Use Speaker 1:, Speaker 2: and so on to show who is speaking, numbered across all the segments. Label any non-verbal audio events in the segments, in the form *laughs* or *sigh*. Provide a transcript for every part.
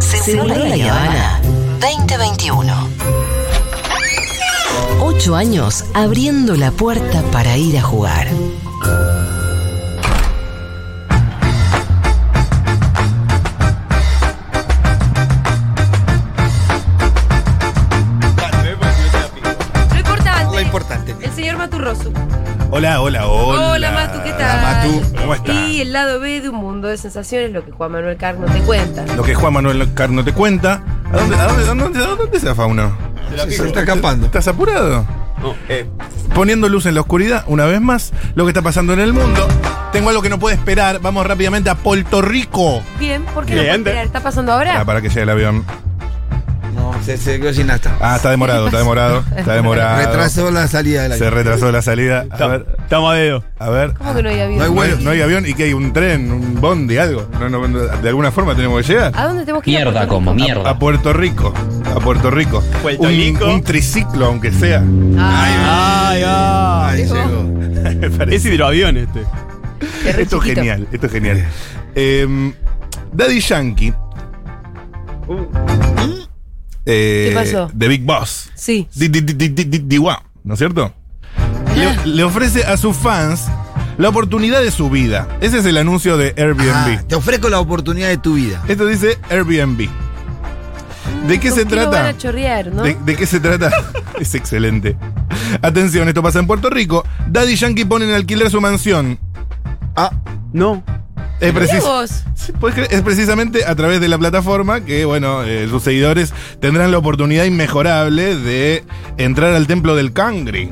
Speaker 1: Se voló la Habana 2021. Ocho años abriendo la puerta para ir a jugar.
Speaker 2: Lo importante.
Speaker 3: Lo importante.
Speaker 2: El señor Maturrosu.
Speaker 3: Hola, hola, hola.
Speaker 2: Hola, Matu, ¿qué tal?
Speaker 3: Matu, ¿cómo estás?
Speaker 2: Y el lado B de un mundo de sensaciones, lo que Juan Manuel Carno te cuenta.
Speaker 3: Lo que Juan Manuel Carno te cuenta. ¿A dónde, a dónde, a dónde, a dónde se afa uno?
Speaker 4: Se está escapando.
Speaker 3: ¿Estás apurado? Eh, Poniendo luz en la oscuridad, una vez más, lo que está pasando en el mundo. Tengo algo que no puede esperar. Vamos rápidamente a Puerto Rico.
Speaker 2: Bien, porque no
Speaker 3: Bien.
Speaker 2: puedo esperar. ¿Está pasando
Speaker 3: Ah,
Speaker 2: ahora?
Speaker 3: para que llegue el avión.
Speaker 4: No, se, se quedó sin hasta.
Speaker 3: Ah, está demorado, está demorado. Está demorado.
Speaker 4: Retrasó la salida de la
Speaker 3: Ah, Se retrasó la salida. A ver,
Speaker 5: Estamos a dedo.
Speaker 3: a ver.
Speaker 2: ¿Cómo que no había
Speaker 4: No
Speaker 2: habido?
Speaker 4: hay
Speaker 3: No hay,
Speaker 4: vuelo.
Speaker 3: no hay avión y que hay un tren, un bondi, algo. No, no, no, de alguna forma tenemos que
Speaker 5: Ah,
Speaker 3: llegar.
Speaker 2: ¿A dónde tenemos que ir? ¿A
Speaker 6: Mierda
Speaker 2: Puerto
Speaker 6: como
Speaker 2: Rico?
Speaker 6: mierda.
Speaker 3: A Puerto Rico. A Puerto Rico.
Speaker 5: Puerto
Speaker 3: Un,
Speaker 5: Rico.
Speaker 3: un triciclo, aunque sea.
Speaker 2: Ah,
Speaker 5: Ay, ay.
Speaker 4: Ahí llegó.
Speaker 3: Me parece.
Speaker 5: Es hidroavión este.
Speaker 2: qué re
Speaker 3: Esto es
Speaker 2: chiquito.
Speaker 3: genial, esto es genial. Em, Daddy Yankee. Eh,
Speaker 2: ¿Qué pasó?
Speaker 3: De Big Boss.
Speaker 2: Sí.
Speaker 3: Di- di- di- di- di- di- Diwa, ¿no es cierto?
Speaker 2: Ah.
Speaker 3: Le, le ofrece a sus fans la oportunidad de su vida. Ese es el anuncio de Airbnb.
Speaker 4: Ah, te ofrezco la oportunidad de tu vida.
Speaker 3: Esto dice Airbnb. ¿De qué
Speaker 2: ¿Con
Speaker 3: se
Speaker 2: lo van
Speaker 3: trata?
Speaker 2: a chorrear, ¿no?
Speaker 3: ¿De, de qué se
Speaker 2: *laughs*
Speaker 3: trata? es excelente. Atención, esto pasa en Puerto Rico. Daddy Yankee pone en alquiler su mansión.
Speaker 4: Ah,
Speaker 5: No.
Speaker 3: Es
Speaker 2: Mirá
Speaker 3: preciso.
Speaker 2: vos?
Speaker 3: Sí, podés creer, es precisamente a través de la plataforma que, bueno, eh, sus seguidores tendrán la oportunidad inmejorable de entrar al templo del Cangri,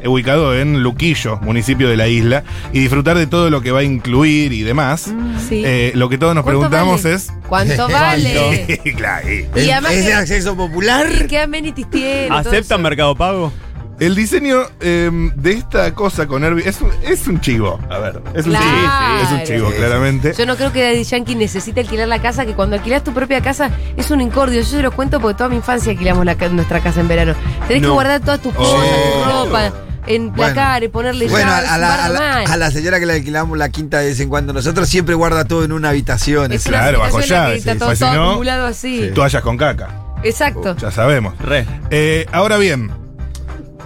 Speaker 3: eh, ubicado en Luquillo, municipio de la isla, y disfrutar de todo lo que va a incluir y demás.
Speaker 2: Sí.
Speaker 3: Eh, lo que todos nos
Speaker 2: Mm. ¿Cuánto
Speaker 3: preguntamos
Speaker 2: vale?
Speaker 3: es... *laughs*
Speaker 2: ¿Cuánto vale?
Speaker 3: Claro, eh.
Speaker 2: Y
Speaker 4: ¿es,
Speaker 2: además
Speaker 4: es
Speaker 2: que-
Speaker 4: de acceso popular?
Speaker 2: ¿Qué amenities tiene? todo eso?
Speaker 5: ¿Aceptan Mercado Pago?
Speaker 3: El diseño eh, de esta cosa con Herbie es un, es un chivo. A ver, es un
Speaker 2: Claro.
Speaker 3: chivo. Es un chivo, claramente.
Speaker 2: Yo no creo que Daddy Yankee necesite alquilar la casa, que cuando alquilas tu propia casa es un incordio. Yo se los cuento porque toda mi infancia alquilamos la ca- nuestra casa en verano. Tenés que
Speaker 3: No.
Speaker 2: guardar todas tus
Speaker 3: Oh.
Speaker 2: cosas,
Speaker 4: Sí.
Speaker 2: tu ropa, en placar, ponerle
Speaker 4: Bueno,
Speaker 2: llaves,
Speaker 4: a la, a
Speaker 2: barra
Speaker 4: la-
Speaker 2: mal.
Speaker 4: a la señora que le alquilamos la quinta de vez en cuando, nosotros siempre guarda todo en una habitación.
Speaker 2: es
Speaker 4: así.
Speaker 2: una
Speaker 3: Claro, bajo
Speaker 2: situación en la que
Speaker 3: llave,
Speaker 2: está
Speaker 3: sí,
Speaker 2: todo,
Speaker 3: pues si
Speaker 2: todo
Speaker 3: no-
Speaker 2: acumulado así.
Speaker 3: Toallas con caca,
Speaker 2: Exacto.
Speaker 3: ya sabemos.
Speaker 5: Re.
Speaker 3: Eh, ahora bien,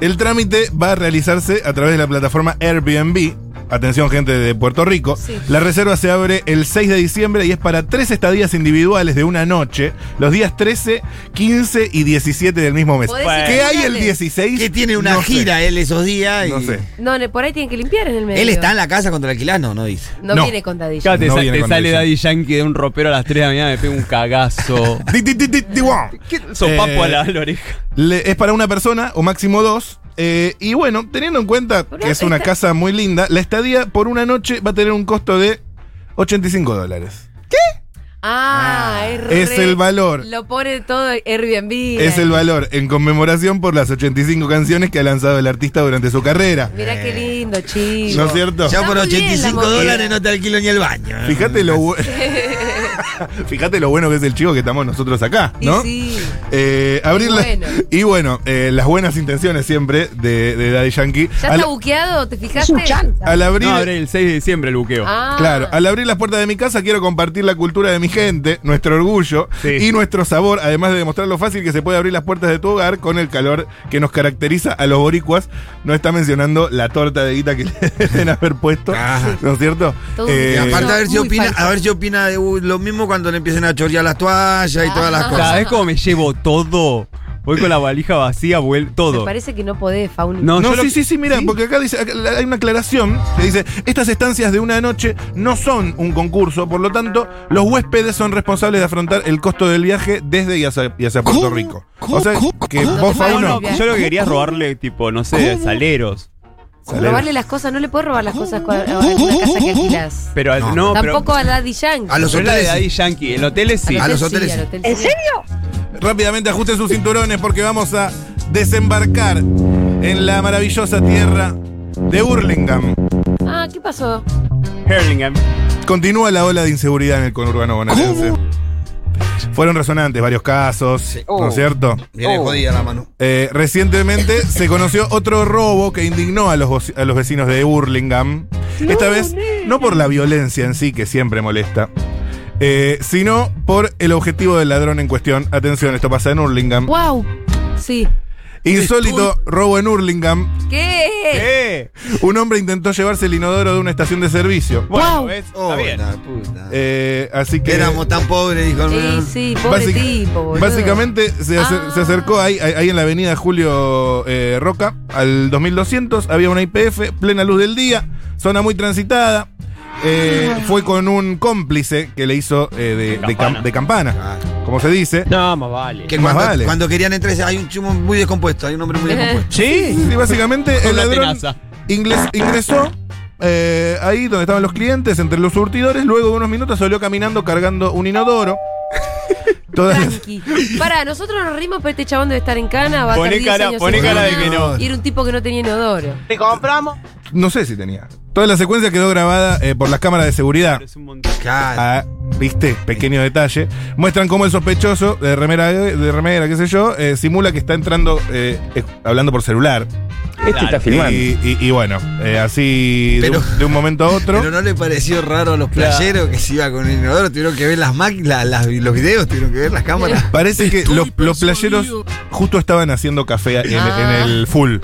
Speaker 3: el trámite va a realizarse a través de la plataforma Airbnb. Atención gente de Puerto Rico.
Speaker 2: Sí.
Speaker 3: La reserva se abre el 6 de diciembre y es para tres estadías individuales de una noche, los días 13, 15 y 17 del mismo mes.
Speaker 2: Podés
Speaker 5: ir
Speaker 3: ¿Qué hay el
Speaker 2: dale.
Speaker 3: 16?
Speaker 4: Que tiene una
Speaker 3: No sé,
Speaker 4: gira él esos días. y-
Speaker 3: No sé.
Speaker 2: No, ne- por ahí tienen que limpiar en el medio.
Speaker 4: Él está en la casa cuando la alquilás, no, no dice.
Speaker 2: No,
Speaker 3: No.
Speaker 2: viene con Daddy
Speaker 5: Claro,
Speaker 2: Yankee.
Speaker 5: te,
Speaker 3: No
Speaker 5: sa-
Speaker 3: viene
Speaker 5: te
Speaker 3: con
Speaker 5: sale
Speaker 3: Daisy.
Speaker 5: Daddy Yankee de un ropero a las 3 de la mañana, me pega un *laughs* cagazo.
Speaker 3: Di, di, di, di, di, guau.
Speaker 5: Sopapo
Speaker 3: Eh,
Speaker 5: a, la, a la oreja.
Speaker 3: Le- es para una persona o máximo dos. eh, y bueno, teniendo en cuenta
Speaker 2: Pero
Speaker 3: que es una
Speaker 2: esta-
Speaker 3: casa muy linda, la estadía por una noche va a tener un costo de 85 dólares.
Speaker 2: Ah, es,
Speaker 3: Es
Speaker 2: re-
Speaker 3: el valor.
Speaker 2: Lo pone todo Airbnb.
Speaker 3: Es el valor en conmemoración por las 85 canciones que ha lanzado el artista durante su carrera.
Speaker 2: Mirá qué lindo, chico.
Speaker 3: Eh, ¿No es cierto?
Speaker 4: Ya
Speaker 2: Está
Speaker 4: por
Speaker 2: muy bien la
Speaker 4: 85
Speaker 2: movida.
Speaker 4: dólares no te alquilo ni el baño. ¿eh?
Speaker 3: Fíjate lo, bu- *laughs* Fíjate lo bueno que es el chico que estamos nosotros acá,
Speaker 2: Y
Speaker 3: ¿no?
Speaker 2: sí.
Speaker 3: Eh, abrir la-
Speaker 2: bueno.
Speaker 3: Y bueno, eh, las buenas intenciones siempre de, de Daddy Yankee.
Speaker 2: ¿Ya
Speaker 3: Al,
Speaker 2: está buqueado? ¿Te fijaste?
Speaker 3: al abrir.
Speaker 5: No, abre el 6 de diciembre el buqueo.
Speaker 2: Ah.
Speaker 3: Claro, al abrir las puertas de mi casa quiero compartir la cultura de mi gente, nuestro orgullo
Speaker 5: Sí.
Speaker 3: y nuestro sabor, además de demostrar lo fácil que se puede abrir las puertas de tu hogar con el calor que nos caracteriza a los boricuas. No está mencionando la torta de guita que *laughs* le deben haber puesto,
Speaker 4: Ah.
Speaker 3: ¿no es cierto?
Speaker 2: Todo
Speaker 4: Y
Speaker 2: Eh,
Speaker 4: aparte a ver si
Speaker 2: muy
Speaker 4: opina,
Speaker 2: falso.
Speaker 4: a ver si opina de uh, lo mismo cuando le empiecen a chorear las toallas y todas las cosas.
Speaker 5: Ah. ¿Sabes cómo me llevo todo? Voy con la valija vacía, vuel
Speaker 2: Me
Speaker 5: todo.
Speaker 2: parece que no podés, Fauni.
Speaker 5: No,
Speaker 3: No,
Speaker 5: yo lo-
Speaker 3: sí, sí, sí, mira, porque acá dice, acá hay una aclaración que dice, estas estancias de una noche no son un concurso, por lo tanto, los huéspedes son responsables de afrontar el costo del viaje desde y hacia, y hacia Puerto Rico. O sea, que
Speaker 2: ¿Cómo?
Speaker 3: vos,
Speaker 2: Ah,
Speaker 5: No,
Speaker 3: Fauno,
Speaker 5: no, yo lo que quería es robarle, tipo, no sé, saleros.
Speaker 3: Salero.
Speaker 2: Robarle las cosas, no le podés robar las cosas cua- a una casa que alquilás.
Speaker 5: Pero al- no, pero.
Speaker 2: Tampoco a Daddy Yankee.
Speaker 4: A los
Speaker 5: pero es la de
Speaker 4: hoteles sí.
Speaker 5: Daddy Yankee. El hotel es sí.
Speaker 4: A los hoteles
Speaker 2: sí,
Speaker 4: sí.
Speaker 2: al hotel sí.
Speaker 3: Rápidamente ajusten sus cinturones porque vamos a desembarcar en la maravillosa tierra de Burlingame.
Speaker 2: Ah, ¿qué pasó?
Speaker 5: Hurlingham.
Speaker 3: Continúa la ola de inseguridad en el conurbano bonaerense. Fueron resonantes varios casos, ¿no
Speaker 4: Oh.
Speaker 3: es cierto?
Speaker 5: Oh.
Speaker 4: Viene jodida la mano.
Speaker 3: Eh, recientemente se conoció otro robo que indignó a los, voci- a los vecinos de Burlingame. Esta vez no por la violencia en sí, que siempre molesta, eh, sino por el objetivo del ladrón en cuestión. Atención, esto pasa en Hurlingham.
Speaker 2: ¡Wow! Sí.
Speaker 3: Insólito robo en Hurlingham.
Speaker 2: ¿Qué?
Speaker 5: ¡Eh!
Speaker 3: Un hombre intentó llevarse el inodoro de una estación de servicio.
Speaker 5: Bueno,
Speaker 2: Wow.
Speaker 5: ¿ves? Está
Speaker 4: Oh,
Speaker 5: bien.
Speaker 4: la puta.
Speaker 3: Eh, así que.
Speaker 4: Éramos tan pobres, dijo
Speaker 2: Sí,
Speaker 4: el
Speaker 2: sí, pobre
Speaker 3: Básica-
Speaker 2: tipo, boludo.
Speaker 3: Básicamente se, acer-
Speaker 2: Ah.
Speaker 3: se acercó ahí, ahí- ahí en la avenida Julio eh, Roca, al 2200, había una IPF, plena luz del día, zona muy transitada. Eh,
Speaker 2: Ah.
Speaker 3: fue con un cómplice que le hizo eh, de, de cam-
Speaker 5: Campana.
Speaker 3: de campana,
Speaker 4: Ah.
Speaker 3: como se dice.
Speaker 5: No, más vale.
Speaker 4: Que
Speaker 3: Más
Speaker 4: cuando,
Speaker 3: vale.
Speaker 4: cuando querían entrar, dice, hay un chumo muy descompuesto, hay un
Speaker 5: *laughs*
Speaker 4: hombre muy descompuesto.
Speaker 5: ¿Sí?
Speaker 3: Y básicamente
Speaker 5: Con
Speaker 3: el
Speaker 5: la
Speaker 3: ladrón
Speaker 5: tenaza.
Speaker 3: ingles- ingresó eh, ahí donde estaban los clientes, entre los surtidores. Luego de unos minutos salió caminando cargando un inodoro. Todas las-
Speaker 2: Tranqui. Para, nosotros nos rimos, pero este chabón debe estar en cana. Va a
Speaker 5: Poné
Speaker 2: estar 10
Speaker 5: cara-
Speaker 2: años
Speaker 5: poné
Speaker 2: en
Speaker 5: cara de
Speaker 2: cana.
Speaker 5: que no.
Speaker 2: Y era un tipo que no tenía inodoro.
Speaker 3: no sé si tenía. Toda la secuencia quedó grabada eh, por las cámaras de seguridad.
Speaker 5: Es un montón.
Speaker 4: Claro.
Speaker 3: Ah, viste, pequeño detalle. Muestran cómo el sospechoso de remera, de remera qué sé yo, eh, simula que está entrando eh, eh, hablando por celular.
Speaker 6: Este está filmando.
Speaker 3: Y, y- y bueno, eh, así de
Speaker 4: Pero-
Speaker 3: un- de, un momento a
Speaker 4: *laughs*
Speaker 3: otro.
Speaker 4: Pero no le pareció raro a los playeros que se iba con el inodoro, tuvieron que ver las máquinas, las- los videos, tuvieron que ver las
Speaker 5: *laughs*
Speaker 4: cámaras.
Speaker 3: Parece que los, los playeros justo estaban haciendo café en,
Speaker 2: Ah.
Speaker 3: en el full.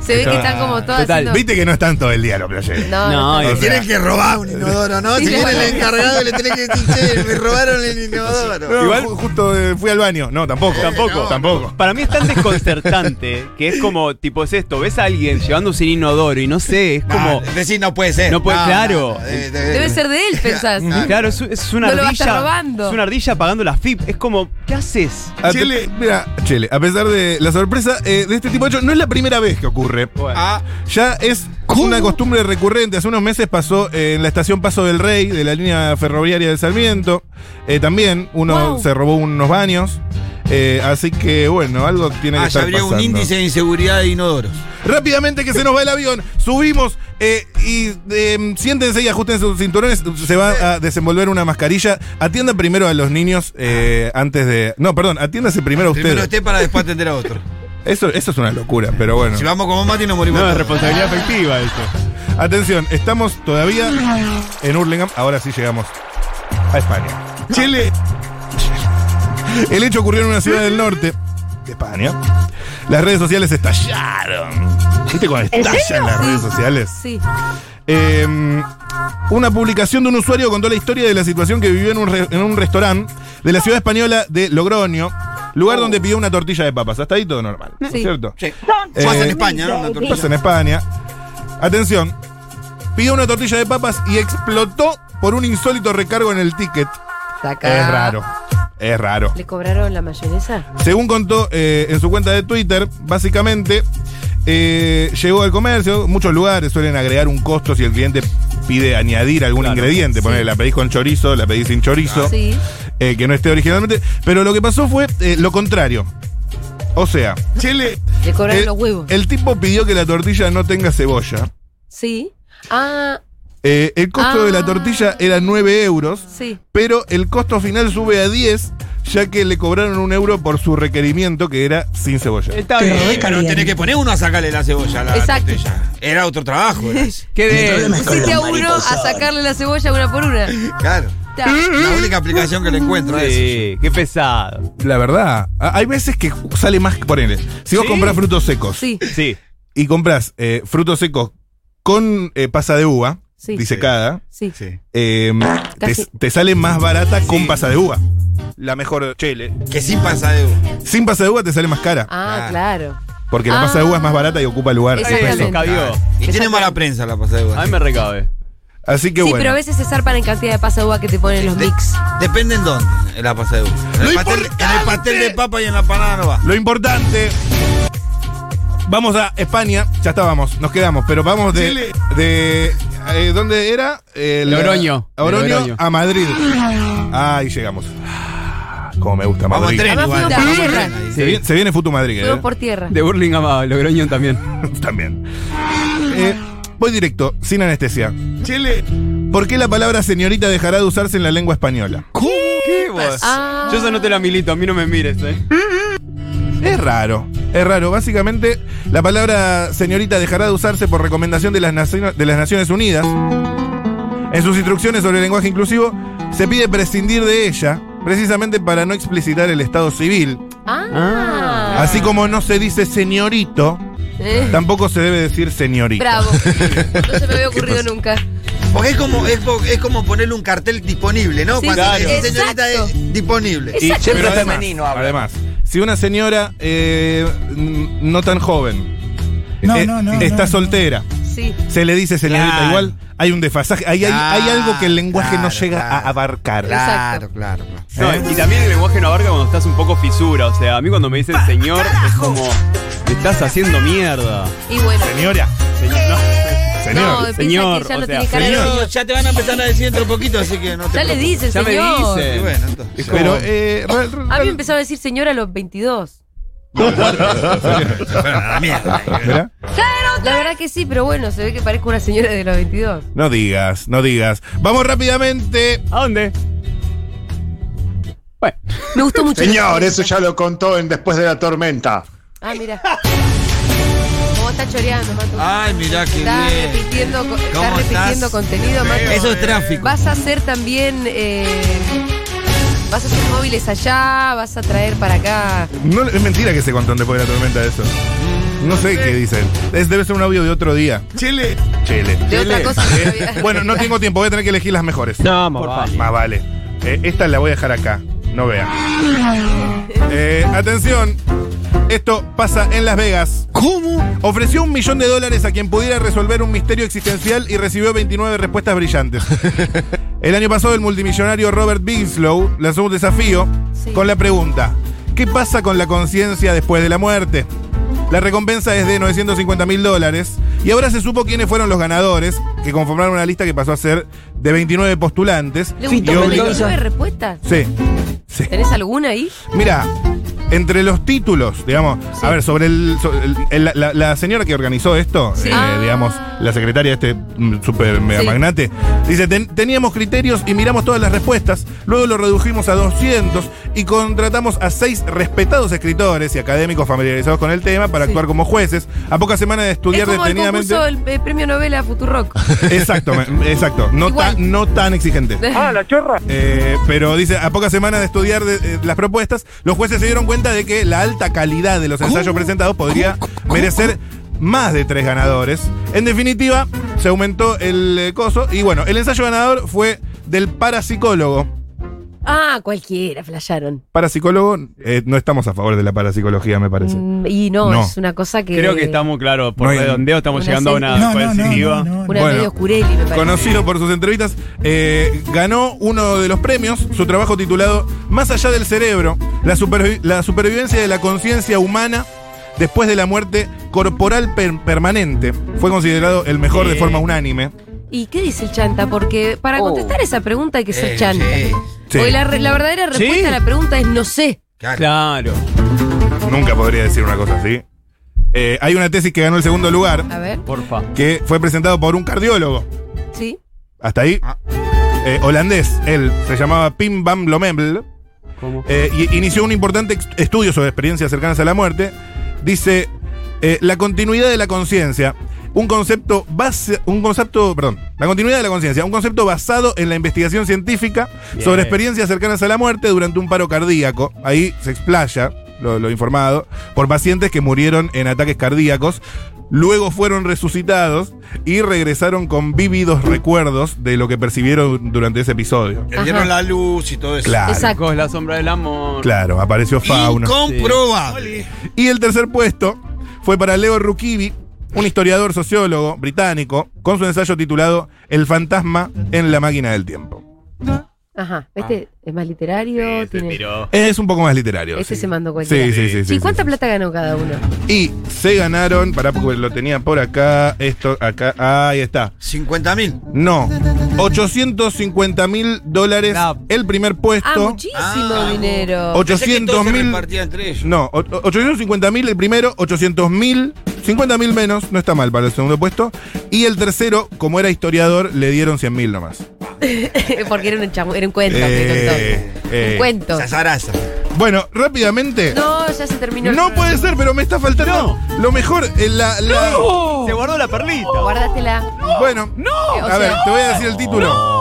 Speaker 2: Se ve que están como todas
Speaker 5: Total,
Speaker 2: haciendo-
Speaker 3: Viste que no están todo el día los playeros.
Speaker 2: No, no,
Speaker 5: No,
Speaker 2: está-
Speaker 5: o
Speaker 4: Le
Speaker 5: sea-
Speaker 4: tienen que robar un inodoro, ¿no? Si
Speaker 2: Sí,
Speaker 4: viene
Speaker 2: la-
Speaker 5: *laughs*
Speaker 4: el encargado y le tienen que decir, che, me robaron el inodoro.
Speaker 3: *laughs* No,
Speaker 5: Igual-
Speaker 3: ju- justo eh, fui al baño. No, tampoco.
Speaker 5: Tampoco.
Speaker 3: tampoco.
Speaker 5: Para mí es tan desconcertante que es como, tipo, es esto, ves a alguien llevándose un inodoro y no sé, es
Speaker 4: No,
Speaker 5: como...
Speaker 4: Ah, decir, no puede ser.
Speaker 5: No puede- claro.
Speaker 4: debe-
Speaker 2: Debe ser de él, pensás.
Speaker 5: Claro, es, es una
Speaker 2: No lo va a
Speaker 5: ardilla.
Speaker 2: estar robando.
Speaker 5: Es una ardilla pagando la FIP. Es como, ¿qué haces?
Speaker 3: A-
Speaker 4: Chele.
Speaker 3: Ah, mira, Chele, a pesar de la sorpresa eh, de este tipo de hecho, no es la primera vez que ocurre.
Speaker 4: Ah,
Speaker 3: Ya es una costumbre recurrente. Hace unos meses pasó eh, en la estación Paso del Rey de la línea ferroviaria del Sarmiento. Eh, también uno
Speaker 2: Wow.
Speaker 3: se robó unos baños. Eh, así que bueno, algo tiene que
Speaker 4: ah, ya
Speaker 3: estar
Speaker 4: habría un
Speaker 3: pasando.
Speaker 4: índice de inseguridad de inodoros.
Speaker 3: Rápidamente que se nos va el avión, subimos eh, y eh, siéntense y ajusten sus cinturones. Se va a desenvolver una mascarilla. Atiendan primero a los niños eh, antes de. No, perdón, atiéndase primero a
Speaker 4: Primero
Speaker 3: ustedes.
Speaker 4: usted para después atender a
Speaker 5: *laughs*
Speaker 4: otro.
Speaker 3: Eso, eso es una locura, pero bueno.
Speaker 4: Si vamos como Mati nos morimos.
Speaker 5: No, es
Speaker 4: todos.
Speaker 5: responsabilidad afectiva eso.
Speaker 3: Atención, estamos todavía en Hurlingham. Ahora sí llegamos a España. Chile. El hecho ocurrió en una ciudad del norte de España. Las redes sociales estallaron. ¿Viste cuando estallan las redes sociales?
Speaker 2: Sí.
Speaker 3: Eh, una publicación de un usuario contó la historia de la situación que vivió en un, re- en un restaurante de la ciudad española de Logroño, lugar donde pidió una tortilla de papas. Hasta ahí todo normal, ¿no es
Speaker 2: Oh. Sí.
Speaker 3: cierto?
Speaker 4: Sí.
Speaker 3: Eh,
Speaker 4: Pasa en España, ¿no? Una Eh, tortilla.
Speaker 3: Esto en España. Atención. Pidió una tortilla de papas y explotó por un insólito recargo en el ticket.
Speaker 2: Sacá.
Speaker 3: Es raro. Es raro.
Speaker 2: ¿Le cobraron la mayonesa?
Speaker 3: Según contó eh, en su cuenta de Twitter, básicamente eh, llegó al comercio. Muchos lugares suelen agregar un costo si el cliente pide añadir algún ingrediente. Ponele, la pedís con chorizo, la pedís sin chorizo,
Speaker 2: Sí.
Speaker 3: eh, que no esté originalmente. Pero lo que pasó fue eh, lo contrario. O sea, Chile,
Speaker 2: Le cobraron
Speaker 3: el,
Speaker 2: los huevos.
Speaker 3: el tipo pidió que la tortilla no tenga cebolla.
Speaker 2: Sí. Ah,
Speaker 3: Eh, el costo
Speaker 2: Ah.
Speaker 3: de la tortilla era 9 euros,
Speaker 2: sí.
Speaker 3: pero el costo final sube a 10, ya que le cobraron un euro por su requerimiento, que era sin cebolla.
Speaker 2: Eh.
Speaker 5: Está bien.
Speaker 4: Pero tenés que poner uno a sacarle la cebolla a la
Speaker 2: Exacto.
Speaker 4: tortilla. Era otro trabajo.
Speaker 2: *laughs*
Speaker 4: era ese.
Speaker 5: Qué bien.
Speaker 2: Pusiste a uno a sacarle la cebolla una por una.
Speaker 4: Claro.
Speaker 2: Ta.
Speaker 4: La única aplicación que le encuentro es.
Speaker 5: Sí, qué pesado.
Speaker 3: La verdad, a- hay veces que sale más, ponele, si vos
Speaker 5: Sí.
Speaker 3: compras frutos secos
Speaker 2: Sí.
Speaker 5: Sí.
Speaker 3: y compras frutos secos con eh, pasa de uva,
Speaker 2: Sí.
Speaker 3: disecada,
Speaker 2: Sí.
Speaker 4: Sí.
Speaker 3: eh, te,
Speaker 2: Casi.
Speaker 3: te sale más barata con pasa de uva. La mejor chele.
Speaker 4: Que sí pasa de
Speaker 3: Sin pasa de uva te sale más cara,
Speaker 2: Ah, claro.
Speaker 3: porque la pasa de uva es más barata y ocupa lugar.
Speaker 2: Esa
Speaker 5: Ahí
Speaker 2: es la
Speaker 5: se
Speaker 2: lenta.
Speaker 5: escabió.
Speaker 4: Y tiene
Speaker 2: Exacto.
Speaker 4: mala prensa la pasa de
Speaker 5: A
Speaker 4: uva.
Speaker 5: mí me recabe.
Speaker 3: Así que
Speaker 2: sí,
Speaker 3: bueno.
Speaker 2: pero a veces se zarpan en cantidad de pasa de uva que te ponen los
Speaker 4: De-
Speaker 2: mix.
Speaker 4: Depende en dónde en la pasa de uva. En
Speaker 3: Lo
Speaker 4: el, pastel, en el pastel de
Speaker 3: importante-
Speaker 4: papa y en la panada no va.
Speaker 3: Lo importante. Vamos a España. Ya estábamos, nos quedamos, pero vamos de. de eh, ¿Dónde era? Eh, la-
Speaker 5: Logroño.
Speaker 3: a Oroño,
Speaker 5: Logroño.
Speaker 3: a Madrid. Ahí llegamos. Como me gusta
Speaker 4: Vamos en
Speaker 3: Madrid.
Speaker 4: tren
Speaker 2: Además
Speaker 4: igual.
Speaker 2: fuimos por
Speaker 4: Vamos en
Speaker 2: tierra.
Speaker 4: tren ahí.
Speaker 3: Se viene, se viene Futu Madrid, ¿eh?
Speaker 2: Fueron por tierra.
Speaker 5: De Burlingame a Logroño también.
Speaker 3: *laughs* También. Eh, voy directo, sin anestesia. Chile. ¿Por qué la palabra señorita dejará de usarse en la lengua española?
Speaker 5: ¿Qué vos?
Speaker 2: Ah.
Speaker 5: Yo eso no te la milito, a mí no me mires, eh.
Speaker 3: Es raro, es raro. Básicamente, la palabra señorita dejará de usarse por recomendación de las, Nacio- de las Naciones Unidas. En sus instrucciones sobre el lenguaje inclusivo, se pide prescindir de ella, precisamente para no explicitar el estado civil.
Speaker 2: Ah.
Speaker 3: Así como no se dice señorito,
Speaker 2: Eh,
Speaker 3: tampoco se debe decir señorito.
Speaker 2: Bravo. No se me había ocurrido
Speaker 4: pasó?
Speaker 2: nunca.
Speaker 4: Porque es como, es, po- es como ponerle un cartel disponible, ¿no?
Speaker 2: Sí,
Speaker 4: Cuando
Speaker 5: claro.
Speaker 4: decís, señorita
Speaker 2: Exacto.
Speaker 4: es disponible.
Speaker 2: Exacto.
Speaker 6: siempre
Speaker 3: Pero además,
Speaker 6: femenino habla.
Speaker 3: además, si una señora eh, n- no tan joven
Speaker 7: No,
Speaker 3: eh,
Speaker 7: no, no,
Speaker 3: está
Speaker 7: no, no.
Speaker 3: soltera,
Speaker 2: Sí.
Speaker 3: se le dice señorita
Speaker 5: Claro.
Speaker 3: igual, hay un desfasaje, hay, hay- hay,
Speaker 4: Claro,
Speaker 3: algo que el lenguaje no
Speaker 4: claro,
Speaker 3: llega a
Speaker 4: claro.
Speaker 3: abarcar.
Speaker 4: Claro, claro, claro.
Speaker 5: No, y también el lenguaje no abarca cuando estás un poco fisura. O sea, a mí cuando me dicen señor es como. Me estás haciendo mierda.
Speaker 2: Y bueno.
Speaker 3: Señora,
Speaker 5: Señor, no.
Speaker 2: no,
Speaker 3: señor.
Speaker 2: piensa que
Speaker 5: señor,
Speaker 2: ya
Speaker 5: o
Speaker 2: no
Speaker 5: sea,
Speaker 2: tiene cara
Speaker 3: señor.
Speaker 2: de niño.
Speaker 4: ya te van a empezar a decir dentro poquito, así que no te
Speaker 2: Ya le dicen,
Speaker 5: Ya me
Speaker 2: señor.
Speaker 5: dicen.
Speaker 4: Y bueno, entonces.
Speaker 5: Es como-
Speaker 3: pero eh, re- re-
Speaker 2: A mí me empezó a decir señor a los 22.
Speaker 3: ¿verdad?
Speaker 2: La verdad que sí, pero bueno, se ve que parezco una señora de los 22.
Speaker 3: No digas, no digas. Vamos rápidamente.
Speaker 5: ¿A dónde? Bueno,
Speaker 2: Me gustó mucho.
Speaker 8: Señor, eso ya lo contó en Después de la Tormenta.
Speaker 2: Ah, mira. ¿Cómo está choreando, Mato?
Speaker 4: Ay, mirá qué
Speaker 2: Está
Speaker 4: bien.
Speaker 2: repitiendo, co- está
Speaker 4: ¿Cómo estás?
Speaker 2: repitiendo contenido, Mato.
Speaker 4: Eso es tráfico.
Speaker 2: Vas a hacer también. eh, vas a hacer móviles allá, vas a traer para acá.
Speaker 3: No, es mentira que se contó después de la tormenta eso. No sé qué dicen. Es- debe ser un audio de otro día. Chile. Chile.
Speaker 2: De otra cosa
Speaker 3: *laughs*
Speaker 2: que no
Speaker 4: *laughs*
Speaker 2: había-
Speaker 3: Bueno, no tengo tiempo, voy a tener que elegir las mejores.
Speaker 6: No,
Speaker 5: por
Speaker 6: mamá.
Speaker 5: favor.
Speaker 3: Más vale. Eh, esta la voy a dejar acá. No vean. Eh, atención. Esto pasa en Las Vegas.
Speaker 4: ¿Cómo?
Speaker 3: Ofreció un millón de dólares a quien pudiera resolver un misterio existencial y recibió 29 respuestas brillantes. El año pasado el multimillonario Robert Winslow lanzó un desafío
Speaker 2: Sí.
Speaker 3: con la pregunta, ¿qué pasa con la conciencia después de la muerte? La recompensa es de 950 mil dólares y ahora se supo quiénes fueron los ganadores, que conformaron una lista que pasó a ser de 29 postulantes.
Speaker 2: ¿Le
Speaker 3: Y
Speaker 2: gustó
Speaker 3: obvio-
Speaker 6: Mendoza.
Speaker 2: nueve respuestas?
Speaker 3: Sí, sí.
Speaker 2: ¿Tenés alguna ahí?
Speaker 3: Mira, entre los títulos, digamos, a ver, sobre el. sobre el- el- la, la señora que organizó esto,
Speaker 2: Sí.
Speaker 3: eh,
Speaker 2: Ah.
Speaker 3: digamos, la secretaria de este mm, super mega
Speaker 2: Sí.
Speaker 3: magnate, dice: "Ten- teníamos criterios y miramos todas las respuestas, luego lo redujimos a 200 y contratamos a seis respetados escritores y académicos familiarizados con el tema para
Speaker 2: Sí.
Speaker 3: actuar como jueces. A pocas semanas de
Speaker 2: Es
Speaker 3: estudiar
Speaker 2: como el
Speaker 3: detenidamente.
Speaker 2: concurso, el, eh, premio novela
Speaker 3: *laughs*
Speaker 2: Futurock.
Speaker 3: Exacto, me- exacto. No,
Speaker 2: Igual.
Speaker 3: tan, no
Speaker 2: *laughs*
Speaker 3: tan exigente.
Speaker 2: Ah, la
Speaker 3: Eh, pero dice, a pocas semanas de estudiar de- eh, las propuestas, los jueces se dieron cuenta de que la alta calidad de los ensayos presentados podría merecer más de tres ganadores. En definitiva, se aumentó el eh, coso y bueno, el ensayo ganador fue del parapsicólogo.
Speaker 2: Ah, cualquiera, flasharon.
Speaker 3: Parapsicólogo, eh, no estamos a favor de la parapsicología, me parece.
Speaker 2: Mm, Y no,
Speaker 3: No.
Speaker 2: es una cosa que.
Speaker 5: Creo que estamos, claro, por
Speaker 3: No hay-
Speaker 5: redondeo estamos
Speaker 2: Eh, Una
Speaker 5: llegando a
Speaker 7: No,
Speaker 5: una
Speaker 7: no, no,
Speaker 5: coercitiva.
Speaker 7: no, no, no.
Speaker 2: Una
Speaker 3: Bueno.
Speaker 2: medio oscureli, me parece.
Speaker 3: Conocido por sus entrevistas, eh, ganó uno de los premios, su trabajo titulado Más allá del cerebro, la, supervi- la supervivencia de la conciencia humana después de la muerte corporal per- permanente. Fue considerado el mejor de
Speaker 5: Eh.
Speaker 3: forma unánime.
Speaker 2: ¿Y qué dice el chanta? Porque para
Speaker 6: Oh.
Speaker 2: contestar esa pregunta hay que ser
Speaker 4: Eh,
Speaker 2: chanta.
Speaker 4: sí,
Speaker 3: Sí.
Speaker 2: Porque la, re- la verdadera respuesta
Speaker 5: Sí.
Speaker 2: a la pregunta es no sé.
Speaker 4: claro.
Speaker 5: Claro.
Speaker 3: Nunca podría decir una cosa así. Eh, hay una tesis que ganó el segundo lugar,
Speaker 2: A ver,
Speaker 5: Porfa.
Speaker 3: que fue presentado por un cardiólogo.
Speaker 2: sí.
Speaker 3: Hasta ahí.
Speaker 4: Ah.
Speaker 3: Eh, holandés, él se llamaba Pim Bam Lomembel.
Speaker 5: ¿Cómo?
Speaker 3: Eh, y inició un importante ex- estudio sobre experiencias cercanas a la muerte. Dice eh, la continuidad de la conciencia, un concepto base, un concepto, perdón, la continuidad de la conciencia, un concepto basado en la investigación científica
Speaker 5: Bien.
Speaker 3: sobre experiencias cercanas a la muerte durante un paro cardíaco. Ahí se explaya lo, lo informado por pacientes que murieron en ataques cardíacos. Luego fueron resucitados y regresaron con vívidos recuerdos de lo que percibieron durante ese episodio.
Speaker 4: Le dieron la luz y todo eso.
Speaker 3: Claro,
Speaker 2: Exacto.
Speaker 5: Chicos, la sombra del amor.
Speaker 3: claro, apareció fauna.
Speaker 4: Incomprobable.
Speaker 3: Y el tercer puesto fue para Leo Rukivi, un historiador sociólogo británico, con su ensayo titulado El fantasma en la máquina del tiempo.
Speaker 2: Ajá. Este es más literario.
Speaker 5: Sí, se
Speaker 2: tiene-
Speaker 5: tiró.
Speaker 3: Es un poco más literario.
Speaker 2: Este
Speaker 3: sí.
Speaker 2: se mandó cualquiera.
Speaker 3: Sí, sí, sí. sí,
Speaker 2: ¿Y cuánta
Speaker 3: sí.
Speaker 2: plata ganó cada uno?
Speaker 3: Y se ganaron, pará, porque lo tenía por acá, esto, acá, ahí está.
Speaker 4: 50 mil.
Speaker 3: No, 850 mil dólares
Speaker 5: No.
Speaker 3: el primer
Speaker 2: Ah,
Speaker 3: puesto.
Speaker 2: muchísimo
Speaker 4: Ah.
Speaker 2: dinero.
Speaker 3: Ocho- 800.000.
Speaker 4: entre ellos.
Speaker 3: No, o- o- 850 mil el primero, 800 mil, 50 mil menos, no está mal para el segundo puesto. Y el tercero, como era historiador, le dieron 100 mil nomás.
Speaker 2: *laughs* Porque era un, chamu- era un cuento.
Speaker 3: Eh,
Speaker 2: que contó.
Speaker 3: eh.
Speaker 2: Un cuento.
Speaker 4: Sazaraza.
Speaker 3: Bueno, rápidamente. No,
Speaker 2: No, ya se terminó. el programa.
Speaker 3: puede ser, pero me está faltando. Lo mejor, eh, la. la-
Speaker 5: Se guardó la perlita.
Speaker 2: Guárdatela.
Speaker 3: Bueno, no.
Speaker 2: Eh, o
Speaker 3: A ver,
Speaker 2: sea-
Speaker 3: te voy a decir el título.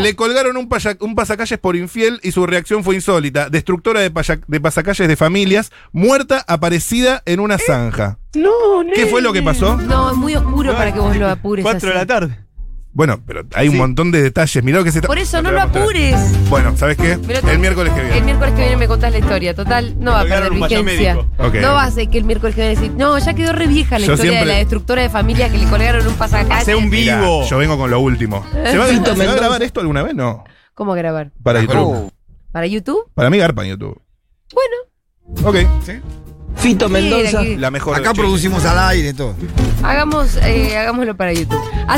Speaker 3: Le colgaron un, paya- un pasacalles por infiel y su reacción fue insólita. Destructora de, paya- de pasacalles de familias, muerta, aparecida en
Speaker 2: Eh,
Speaker 3: una zanja.
Speaker 6: No, no.
Speaker 3: ¿Qué fue lo que pasó?
Speaker 2: No, es muy oscuro para que vos lo apures.
Speaker 5: Cuatro de
Speaker 2: así.
Speaker 5: la tarde.
Speaker 3: Bueno, pero hay un montón de detalles. Mirá lo que se está.
Speaker 2: Por eso no
Speaker 3: te
Speaker 2: lo
Speaker 3: voy a mostrar.
Speaker 2: apures.
Speaker 3: Bueno, ¿sabes qué?
Speaker 2: Me lo-
Speaker 3: El miércoles que
Speaker 2: El
Speaker 3: viene.
Speaker 2: miércoles que viene me contás la historia. Total, no va a perder
Speaker 5: Colgaron un
Speaker 2: vigencia.
Speaker 5: payamédico.
Speaker 3: Ok.
Speaker 2: No va a ser que el miércoles que viene decir, no, ya quedó re vieja la
Speaker 3: Yo
Speaker 2: historia de
Speaker 3: siempre-
Speaker 2: la destructora de familia que le colgaron un pasacalle.
Speaker 5: Hace un
Speaker 3: Mirá,
Speaker 5: vivo.
Speaker 3: yo vengo con lo último. ¿Se
Speaker 2: *laughs*
Speaker 3: va, se va a grabar esto alguna vez? No.
Speaker 2: ¿Cómo grabar?
Speaker 3: Para YouTube.
Speaker 4: Oh,
Speaker 2: ¿Para YouTube?
Speaker 3: Para mí, garpa en YouTube.
Speaker 2: Bueno.
Speaker 3: Ok.
Speaker 7: Fito
Speaker 2: Mira,
Speaker 7: Mendoza.
Speaker 2: que-
Speaker 3: La mejor.
Speaker 4: Acá
Speaker 3: de Chile.
Speaker 4: producimos al aire todo.
Speaker 2: hagamos, eh, hagámoslo para YouTube. Hace